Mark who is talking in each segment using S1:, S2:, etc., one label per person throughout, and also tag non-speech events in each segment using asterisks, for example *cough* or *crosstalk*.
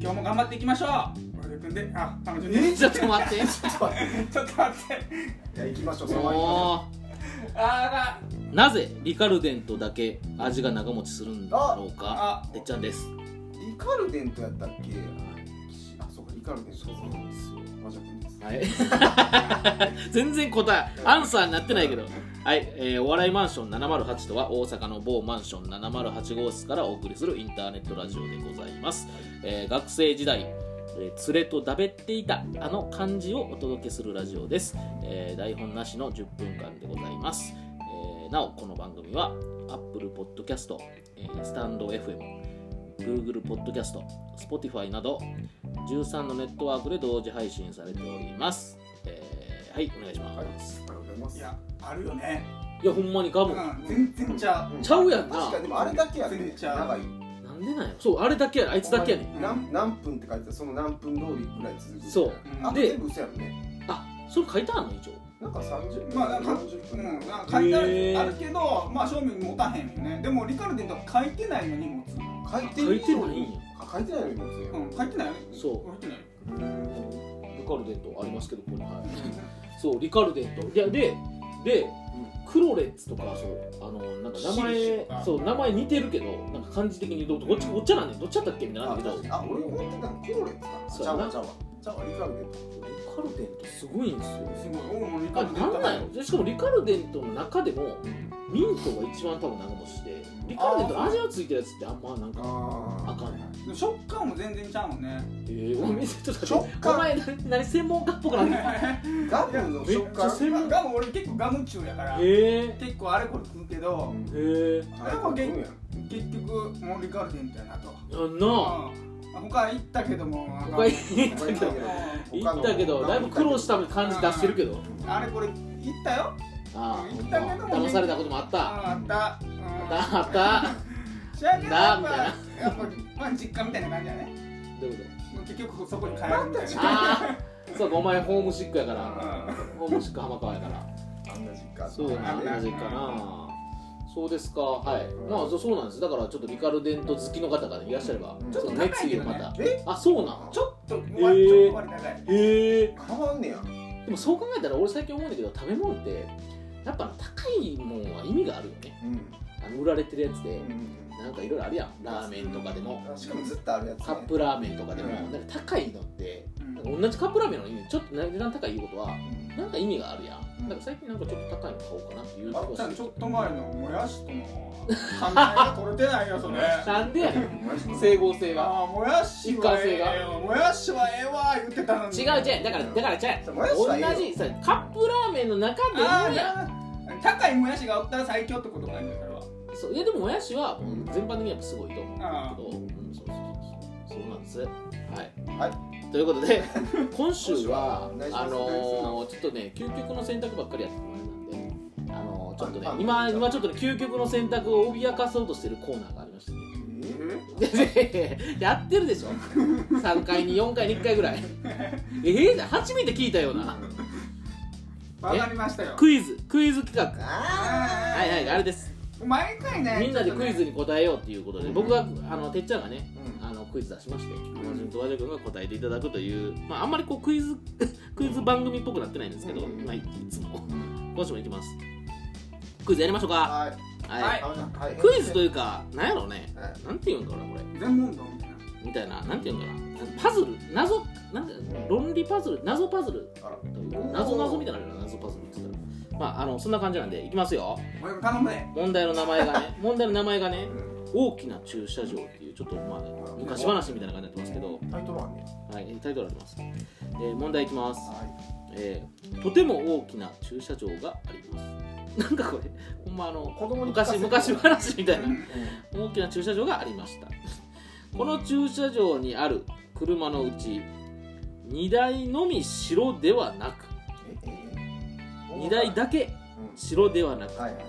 S1: 今日も頑張っていきましょう和田君であ彼女にち
S2: ちょっと待って
S3: ちょっ
S1: *laughs*
S3: と待って
S1: ょっと待って
S3: じゃあ行きましょうそのまま行
S2: も
S1: あー
S2: うなぜリカルデントだけ味が長持ちするんだろうか
S1: あ
S2: てっちゃんで
S3: き
S2: す
S3: ましょうイカルデントやったっけあそうかイカルデントそうなんですよマジャ君です
S2: はい *laughs* 全然答えアンサーになってないけどはい、えーお笑いマンション708とは大阪の某マンション708号室からお送りするインターネットラジオでございます、えー学生時代えー連れとだべっていたあの漢字をお届けするラジオです、えー台本なしの10分間でございます、えーなおこの番組は Apple Podcast、えースタンド FM Google Podcast Spotify など13のネットワークで同時配信されております、えーはいお願いし
S3: はいあり
S2: ます、
S3: がとうございま
S1: い
S3: す
S1: やあるよね
S2: いやほんまにガ
S1: う
S2: ム、
S1: ん全然ちゃう
S2: ちゃうやんな
S3: 確かにでもあれだけや
S1: 全
S3: ね
S1: 然ちゃう
S3: 長い
S2: なんでなんやそうあれだけやあいつだけやねん
S3: ほんまに何何分って書いてたその何分通りぐらい続く
S2: そう
S3: あ
S2: で
S3: 全部嘘やろね
S2: あそれ書いてあんの一応
S3: なんか30分
S1: まあなんか
S3: 40
S1: う
S3: 分
S1: ん、なんか書いてある,、
S2: へー
S1: あるけど、まあ、正面に持たへんよねでもリカルデントは書いてないのに持つ、う
S3: 書いて
S2: 書いてない
S3: の
S2: ん
S3: に
S2: や
S3: あ書いてないのに持つね
S1: ん、書いてないよね
S2: そう
S1: 書いてないよ
S2: リカルデントありますけどここにはいそうリカルデントいやでで、クロレッツとかあのなんか名
S1: シリシ
S2: 前
S1: とか
S2: そう名前似てるけどなんか漢字的にどうとこっちこっちゃなんねんどっちやったっけみたいなのあ
S3: あ
S2: るけど
S3: あ俺思ってたのクロレッツか
S2: そう
S3: ち
S2: や
S3: ゃう
S2: な
S3: わちゃうわちゃうわリカルデント
S2: リカルデントすごいんですよ
S1: *laughs* すごい俺もリ
S2: あ
S1: カ
S2: れ
S1: ルデント
S2: なんなんよしかもリカルデントの中でもミントが一番多分長持ちしてリカルデントの味のついてるやつってあんまなんか
S3: あ
S2: あかん
S1: でも食感も全然ちゃうもんね
S2: えー、お前ちょっと待って
S3: 食感
S2: お前何何専門家っぽくなってる
S3: ガムの食
S2: めっちゃ
S3: 感
S2: せ
S1: まあガム俺結構ガム中やから
S2: へえ
S1: 結構あれこれ食うけど
S3: うん
S2: へえ
S3: あれも元気
S1: 結局もうリカルデントやなと
S2: あんな
S1: うん他行ったけどもなんか
S2: 他行った
S3: 他行
S2: け
S3: った
S2: ど
S3: けど
S2: 行ったけどだいぶ苦労した感じ出してるけど
S1: あれこれ行ったよ
S2: ああ
S1: 行ったけども
S2: 騙されたこともあった
S1: ああった
S2: あ
S1: うん
S2: ったあった
S1: しゃあけどやっぱ
S2: な
S1: やっぱまあ実家みたいな感じやね
S2: どういうこと
S1: もう結局そこに帰るみたいな
S2: ああそうかお前ホームシックやから
S1: うん
S2: ホームシック浜川やから
S3: あんな実家
S2: そうな
S1: あ
S2: ん
S1: んな
S2: なぜ
S1: 実家
S2: かなそうですかはいまあそうそうなんですだからちょっとリカルデント好きの方がいらっしゃれば
S3: うん
S2: ちょっと熱意をまた
S3: え
S2: あそうなん
S1: ちょっと終
S2: え
S1: わり
S2: ー
S1: ちょっと終わり長い
S2: へえ
S3: 変わんねや
S2: でもそう考えたら俺最近思うんだけど食べ物ってやっぱ高いもんは意味があるよね
S3: うん
S2: あの売られてるやつで
S3: うん
S2: なんかいろいろあるやんラーメンとかでも
S3: あしかもずっとあるやつね
S2: カップラーメンとかでも
S3: うん
S2: なんか高いのって
S1: うん
S2: なんか同じカップラーメンの意味ちょっと値段高いいうことは
S3: うん
S2: なんか意味があるや
S3: うん
S2: んだから最近なんかちょっと高いの買おうかなっていう気
S1: あっちゃ
S2: が
S1: ん
S2: す
S1: ちょ
S2: る
S1: っと前のもやしとの関係が取れてないよ
S2: *laughs*
S1: それ
S2: なんでやねん
S3: もやしも
S2: 整合性が
S1: ああもやしはええよもやしはええわ言ってたのに
S2: 違う違うだからだから違う
S3: もやしはええよ
S2: 同じさカップラーメンの中で
S1: あ
S2: もや
S1: あ高いもやしがおったら最強ってことかいねそれは
S2: そういやでももやしはもう全般的にやっぱすごいと思うんだけど
S3: あー
S2: うんそうそうそうそうそうなんですはい、、
S3: はい
S2: ということで今週
S3: 今週
S2: は
S3: はお願いします
S2: あのー、ちょっとね究極の選択ばっかりやってもらえたんであのー、ちょっとね
S3: ああ
S2: 今今ちょっとね究極の選択を脅かそうとしてるコーナーがありましてね
S3: え
S2: でやってるでしょ3回に4回に1回ぐらいええ初めて聞いたような
S1: わかりましたよ
S2: クイズクイズ企画
S3: あ
S1: は
S2: はいはいあれです
S1: 毎回ね
S2: みんなでクイズに答えようっていうことで、
S3: うん
S2: 僕があのてっちゃんがね
S3: ーうん
S2: あのクイズ出しまして友人と和田君が答えていただくという、まあ、あんまりこうクイズ *laughs* クイズ番組っぽくなってないんですけど、
S3: うん
S2: まあ、いつも今週もいきますクイズやりましょうか、
S3: はい
S2: はい
S1: はい
S3: はいはい
S2: クイズというかなんやろうね
S3: はい
S2: なんて言うんかなこれ
S1: 全問答みたいな
S2: みたいななんて言うんかなパズル謎なんか論理パズル謎パズル
S3: あら
S2: という謎謎みたいなのあるよ謎パズルって言ったらまああのそんな感じなんでいきますよ
S1: 俺も頼むで
S2: 問題の名前がね問題の名前がね
S3: うん
S2: 大きな駐車場っていうちょっとまあ昔話みたいな感じになってますけど、
S3: タイトルはね
S2: はい、タイトルあります、えー問題いきます、
S3: は
S2: えーとても大きな駐車場があります *laughs* なんかこれほんまあの
S3: 子供に聞かせ
S2: 昔
S3: て
S2: 昔話みたいな
S3: いう
S2: 大きな駐車場がありましたこの駐車場にある車のうち2台のみ白ではなく
S3: んええ
S2: 2台だけ
S3: うん
S2: 白ではなく
S3: はいはい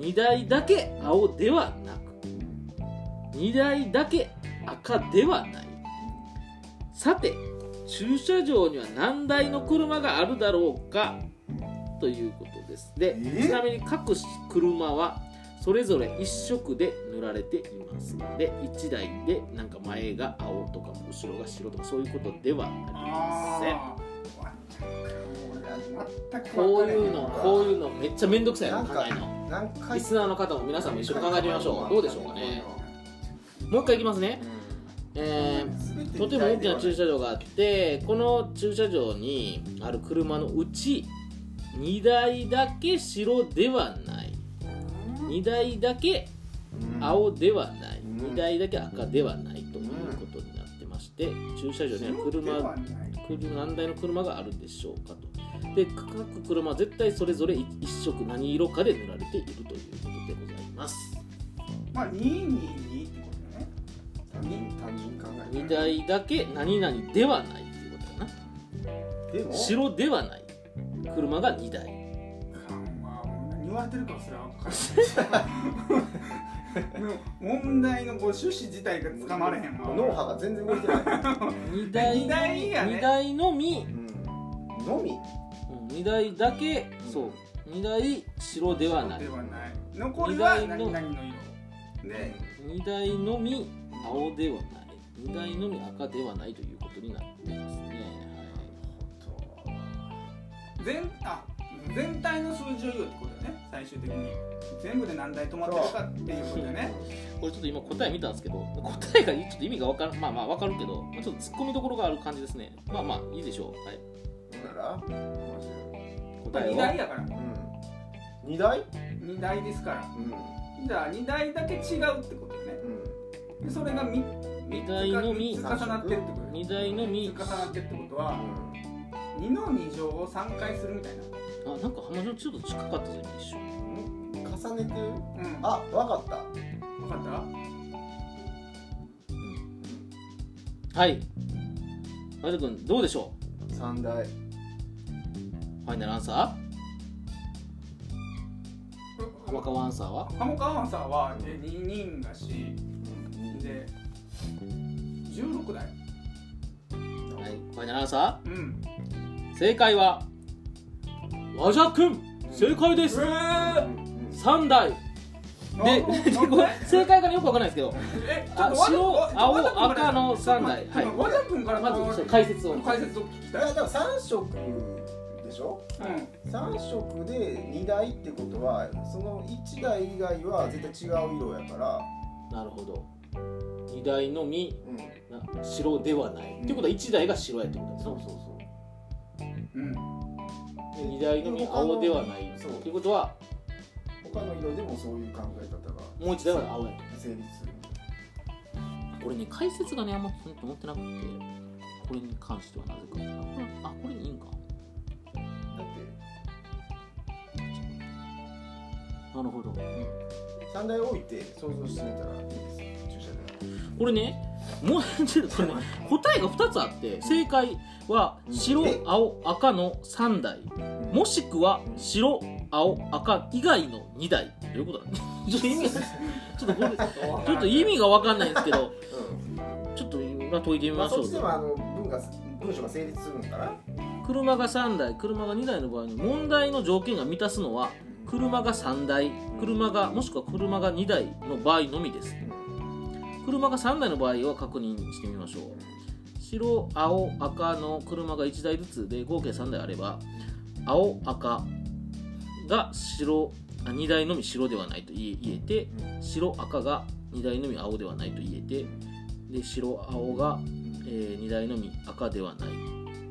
S2: 2台だけ青ではなく2台だけ赤ではないさて駐車場には何台の車があるだろうかということですで
S3: え
S2: ちなみに各車はそれぞれ1色で塗られていますで1台でなんか前が青とか後ろが白とかそういうことではありま
S1: あー全く
S2: せんこういうのこう
S1: う
S2: いうのめっちゃめんどくさいの考えるの
S3: 何回
S2: リスナーの方も皆さんも一緒に考えてみましょうどうでしょうかねもう一回いきますね、えーとても大きな駐車場があってこの駐車場にある車のうち2台だけ白ではない2台だけ青ではない
S3: うん
S2: 2台だけ赤ではないということになってまして駐車場には車車何台の車があるでしょうかとで各車は絶対それぞれ1色何色かで塗られているということでございます
S1: まあ222ってことだよね
S3: 他人他人考え
S2: 2台だけ何々ではないということだな
S3: でも
S2: 白ではない車が2台
S1: 勘はもう何言われてるかすら分からないでも問題のこう趣旨自体がつかまれへんわ
S3: 脳波が全然動いてない、
S2: 2台
S1: 二台やね
S2: 二台のみ
S3: うん、のみ
S2: 2台だけそう2台白ではない
S1: ではない残りは
S2: 意外の
S1: 何々の色で
S2: 2台のみ青ではない2台のみ赤ではないということになっていますね、
S1: 全あ全体の数字を言うってことだよね最終的に全部で何台止まってるかっていうことだよね
S2: はい、これちょっと今答え見たんですけど答えがちょっと意味がわからんまあまあわかるけどまあちょっと突っ込みどころがある感じですねまあまあいいでしょうはい
S3: だから
S2: 答え
S1: 2
S2: は
S1: 台やから
S3: うん2台
S1: 2台ですから
S3: うん
S1: じゃあ2台だけ違うってことだよねでそれが 3,
S2: 二台のみ
S1: 重なってってこと
S2: 2台のみ
S1: 3つ重なってってこと
S3: う
S1: は
S3: ん
S1: 2の2乗を3回するみたいな
S2: あなんか浜ちゃんちょっと近かったじゃん一瞬
S3: 重ねてる
S1: うん
S3: あわかった
S1: 分かった
S2: はい和田君どうでしょ
S3: 3台
S2: うファイナルアンサー浜川アンサーは
S1: 鴨川アンサーはで2人だしで16台
S2: はいファイナルアンサ
S1: うん
S2: ー正解は和田君正解で
S1: え
S2: す3台でこれ正解がよくわかんないですけど
S1: えちょっ
S2: あ
S1: と
S2: 白
S1: わざ
S2: 青赤の3台
S1: わざ
S2: は
S1: わざ君から
S2: いまず
S1: そ
S2: そ
S1: の
S2: う解説を
S1: 解説を聞き
S3: だ
S1: た
S3: か
S1: い
S3: ら3色でしょ3色で2台ってことはその1台以外は絶対違う色やから、
S2: なるほど2台のみ
S3: うん、
S2: な白ではない、
S3: うん
S2: ってことは1台が白やってこと
S3: そうそう
S1: うんうん
S2: で2台のみ青ではない
S3: そう
S2: ってことは
S3: そう他の色でもそういう考え方が
S2: もう1台は青やと
S3: 成立する
S2: これね解説がねあんま本当持ってなくてこれに関してはなぜかあこれあこれいいんか
S3: だって
S2: なるほど
S3: 3台置いて想像してみたらいいですよ駐
S2: これねもうちょっとこれね答えが2つあって正解は白
S3: え
S2: 青赤の3台
S3: 車で
S2: もしくは白青赤以外の2台どういうことだ *laughs* ちょっと意味がちょっとこれちょっと意味が分かんないんですけど
S3: うん
S2: ちょっと今解いてみ
S3: ま
S2: ま
S3: あ
S2: しょ
S3: そうっちではあの文が文章が成立するんかな
S2: 車が3台車が2台の場合に問題の条件が満たすのは車が3台車がもしくは車が2台の場合のみです車が3台の場合を確認してみましょう白青赤の車が1台ずつで合計3台あれば青赤が白あ2台のみ白ではないと言え言えて白赤が2台のみ青ではないと言えてで白青が、え2台のみ赤ではない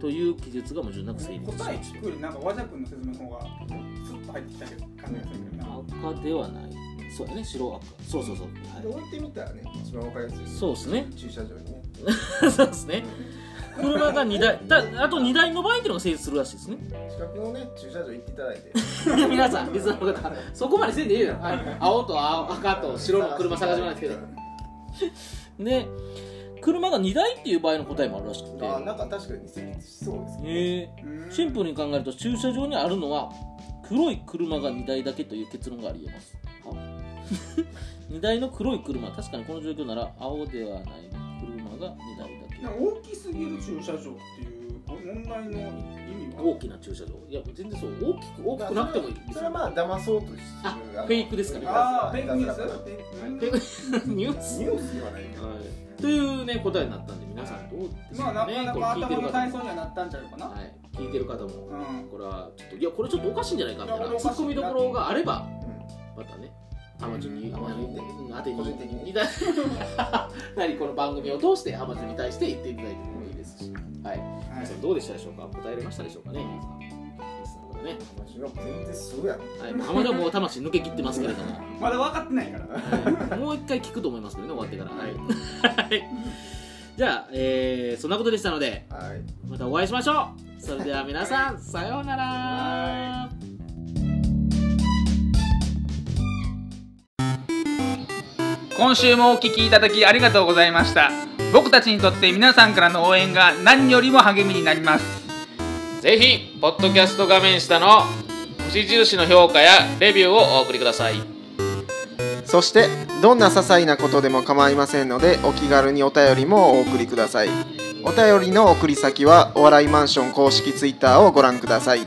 S2: という記述が矛盾なく成立します
S1: 答え聞くよりなんか和田君の説明の方がスッと入ってきたけど感じがするけどな
S2: 赤ではないそうやね白赤そうそうそう、
S3: で
S2: は
S3: 置いてみたらね一番わかりやすい
S2: い、そうですね *laughs*
S3: 駐車場にね
S2: そうですね車が2台 *laughs* だあと2台の場合っていうのが成立するらしいですね
S3: 近くのね駐車場行っていただいて
S2: *laughs* 皆さん、リスナーの方、そこまでせんでいいよ。はい、青と青赤と白の車探してもらって *laughs* きて。で、車が2台っていう場合の答えもあるらしくて。
S3: あなんか確かに成立しそうですけどね
S2: へえシンプルに考えると、駐車場にあるのは黒い車が2台だけという結論があり得ます。2台の黒い車、確かにこの状況なら青ではない車が2台だけ。
S1: なんか大きすぎる駐車場っていう問題の意味は
S2: 大きな駐車場いや全然そう大きく大きくなくてもいい
S3: それはまあ騙そうとする
S2: あフェイクですかね
S1: ああ、フェイクニュース
S3: ニ
S1: フ
S2: と
S1: ェ
S2: い
S1: イク
S2: うこ
S1: ニュー
S2: とでニュース
S3: ュースではないよ
S2: はい、というね答えになったんで皆さんどうで
S1: ス
S2: す
S1: まあ、な
S2: かね、
S1: かな
S2: これ
S1: か
S2: 聞い
S1: 頭
S2: てる
S1: の体
S2: 方も、
S1: 操にはなったんちゃうかな。
S2: はい、聞いてる方も
S1: うん。
S2: これはちょっといやこれちょっとおかしいんじゃないかみたい
S3: いやこれ
S2: な
S3: お
S2: ツ
S3: かしい
S2: ッコミどころがあれば
S3: う
S2: またねハマチュンに
S3: ハマチュンに
S2: うん当てに
S3: 個人的に
S2: た何この番組を通してハマチュンに対して言っていただいてもいいですし、はい、
S1: は
S2: 皆さんどうでしたでしょうか答えられましたでしょうかね皆さんリスナーの方ね
S3: ん私は全然するやろ
S2: はい、もう浜田はもう魂抜け切ってますけれども、
S1: いまだ分かってないから。
S2: はいもう一回聞くと思いますけどね終わってからはい、はい、じゃあ、えーそんなことでしたので
S3: はい
S2: またお会いしましょうそれでは皆さんさようなら
S4: 今週もお聞きいただきありがとうございました僕たちにとって皆さんからの応援が何よりも励みになります
S2: ぜひポッドキャスト画面下の星印の評価やレビューをお送りください
S5: そしてどんな些細なことでも構いませんのでお気軽にお便りもお送りくださいお便りの送り先はお笑いマンション公式 Twitter をご覧ください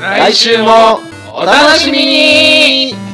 S5: 来週もお楽しみに